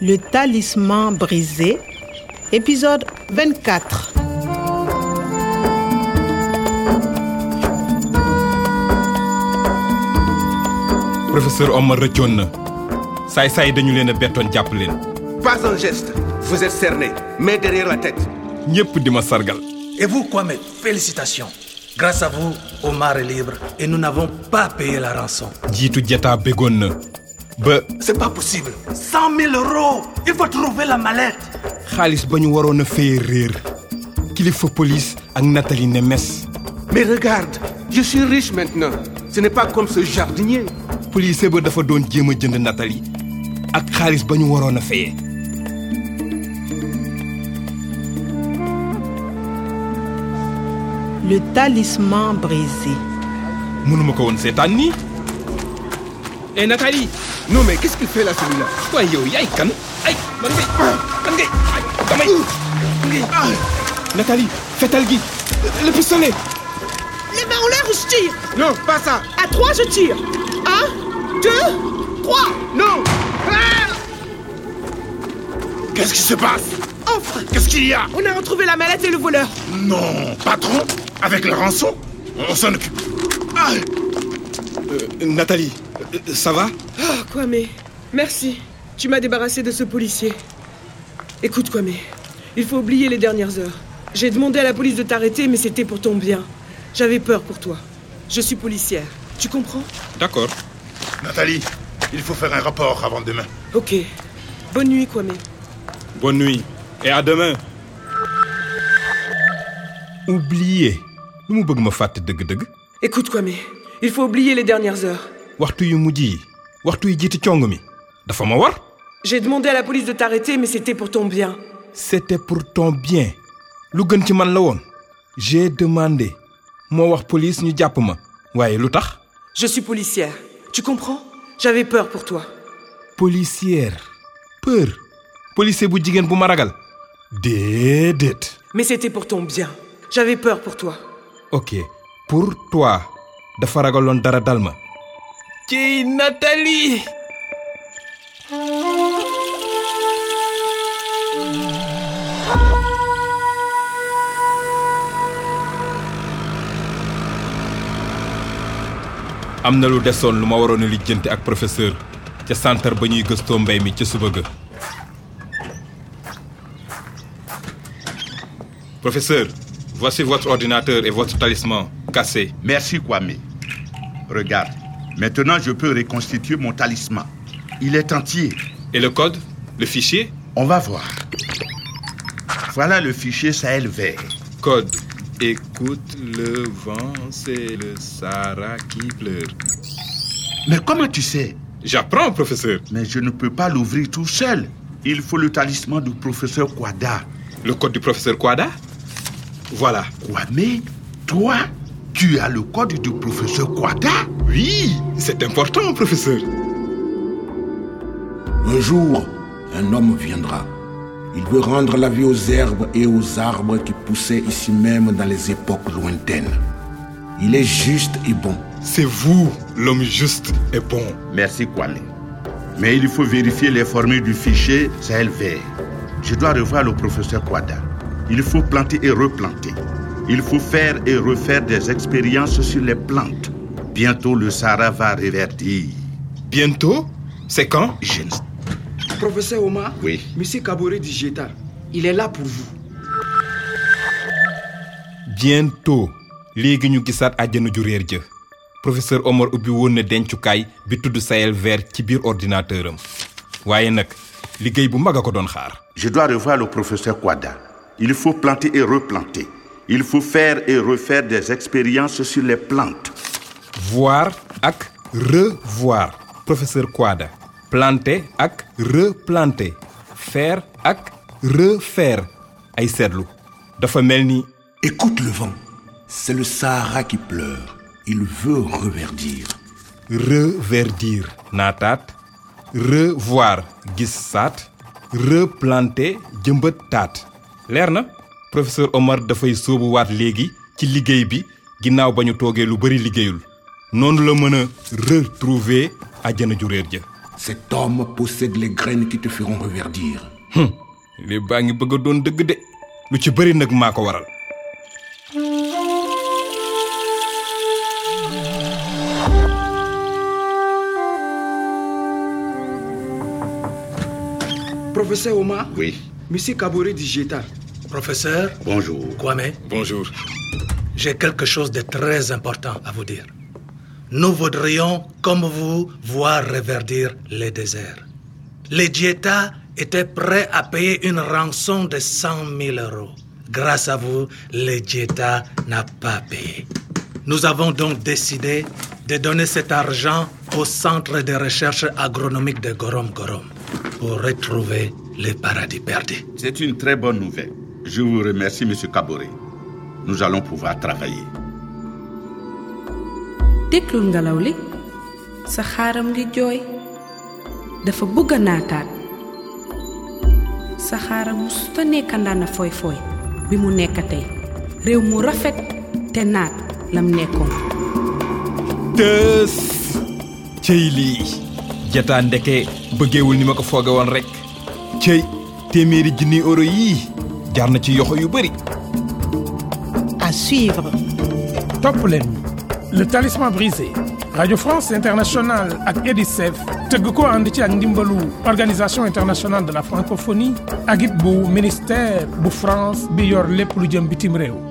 Le talisman brisé, épisode 24. Professeur Omar rëccoon na saay-saay dañu leen a bettoon jàpp leen Pas un geste. Vous êtes cerné, main derrière la tête. ñépp di ma sargal Et vous, Kwame, félicitations. Grâce à vous, Omar est libre et nous n'avons pas payé la rançon. jiitu jataa béggoon na ba C'est pas possible. 100 000 euros Il faut trouver la mallette. xaalis ba ñu waroon a fayee réer kilifa police ak Nathalie ne mes Mais regarde, je suis riche maintenant. Ce n'est pas comme ce jardinier. policier ba dafa doon jéem a jënd Nathalie ak xaalis ba ñu waroon a fayee Le talisman brisé. mënuma ko woon seetaan nii eh Nathalie Non mais qu'est-ce qu'il fait là celui-là waaye yow yaay kan ay man ngay man ngay ay damay man ngay ah Nathalie fetal gi le pistolet Les mains en l'air ou je tire Non, pas ça. À trois, je tire. Un, deux, trois. Non Qu'est-ce qui se passe Offre Qu'est-ce qu'il y a On a retrouvé la mallette et le voleur. Non, patron Avec le rançon On s'en occupe. Ah Euh, Nathalie euh, ça va Oh, Kwame, merci. Tu m'as débarrassé de ce policier. Écoute, Kwame, il faut oublier les dernières heures. J'ai demandé à la police de t'arrêter, mais c'était pour ton bien. J'avais peur pour toi. Je suis policière. Tu comprends d'accord Nathalie, il faut faire un rapport avant demain. Ok. Bonne nuit, Kwame. Bonne nuit et à demain. oublié lu mu bëgg ma fàtte dëgg-dëgg Écoute, Kwame, il faut oublier les dernières heures. waxtu yu mujj yi waxtu yu jiitu cong mi dafa ma war. J'ai demandé à la police de t'arrêter, mais c'était pour ton bien. c'était pour ton bien lu gën ci man la woon j'ai demandé moo wax police ñu jàpp ma waaye lu tax Je suis policière. Tu comprends J'avais peur pour toi. policière peur policier bu jigéen bu ma ragal déedéet. Mais c'était pour ton bien. J'avais peur pour toi. ok pour toi dafa ragaloon dara dal ma ciy Nathalie am na lu desoon lu ma waroon a lijjanti ak professeur ca centre ba ñuy gëstoo mbay mi ca suba ga professeur voici votre ordinateur et votre talisman cassé Merci, Kwame. Regarde, maintenant je peux reconstituer mon talisman. Il est entier. et le code le fichier On va voir. Voilà le fichier Sahel vert. Code. Écoute le vent, c'est le Sahara qui pleure. Mais comment tu sais J'apprends, professeur. Mais je ne peux pas l'ouvrir tout seul. Il faut le talisman du professeur Kwada. Le code du professeur Kwada Voilà. Kwame, toi, tu as le code du professeur Kwada Oui, c'est important, professeur. Un jour, un homme viendra. Il veut rendre la vie aux herbes et aux arbres qui poussaient ici même dans les époques lointaines. Il est juste et bon. C'est vous, l'homme juste et bon. Merci Kwame. Mais il faut vérifier les formules du fichier Sahel vert. Je dois revoir le professeur Kwada. Il faut planter et replanter. Il faut faire et refaire des expériences sur les plantes. Bientôt le Sahara va reverdir. Bientôt C'est quand Je ne sais Professeur Omar, Oui. Monsieur Kabore du Jeta, il est là pour vous. Bientôt. léegi ñu gisaat àjjana ju réer ja professeur Omar ubbi woon na dencukaay bi tudd Sahel vert ci biir ordinateur am waaye nag liggéey bu mag a ko doon xaar Je dois revoir le professeur Kwada. Il faut planter et replanter. Il faut faire et refaire des expériences sur les plantes. voir ak revoir professeur Kwada planter ak replanter faire ak refaire ay seetlu dafa mel ni Écoute le vent. C'est le Sahara qui pleure. Il veut reverdir. reverdir naataat revoir gis saat replanter jëmbat taat leer na professeur Omar dafay sóobuwaat léegi ci liggéey bi ginnaaw ba ñu toogee lu bari liggéeyul noonu la mën a retrouver àjjana ju réer ja Cet homme possède les graines qui te feront reverdir. li baa ngi bëgg a doon dëgg de lu ci bëri nag maa ko waral Professeur Oma, Oui, Monsieur Kabore Digeta, Professeur bonjour. Kwame, Bonjour. j'ai quelque chose de très important à vous dire. Nous voudrions, comme vous, voir reverdir les déserts. Les Dieta étaient prêts à payer une rançon de 100 000 euros. Grâce à vous, les Dieta n'a pas payé. Nous avons donc décidé de donner cet argent au Centre de recherche agronomique de Gorom Gorom pour retrouver les paradis perdus. C'est une très bonne nouvelle. Je vous remercie, Monsieur Kabore. Nous allons pouvoir travailler. déglul ngelaw li sa xaaram ngi jooy dafa bëgg a naataat sa xaaram musuta nekk ndaana foy foy bi mu nekk tey réew mu rafet te naat lam nekkoon tës cëy lii jataa ndeke bëggeewul ni ma ko fooge woon rek cëy téeméeri junni euro yii jaar na ci yoxo yu bëri À suivre. Top leen le talisman brisé Radio France Internationale ak EDICEF tëgg ko ànd ci ak ndimbalu organisation internationale de la francophonie ak it bu ministère bu France bi yor lépp lu jëm bitim réew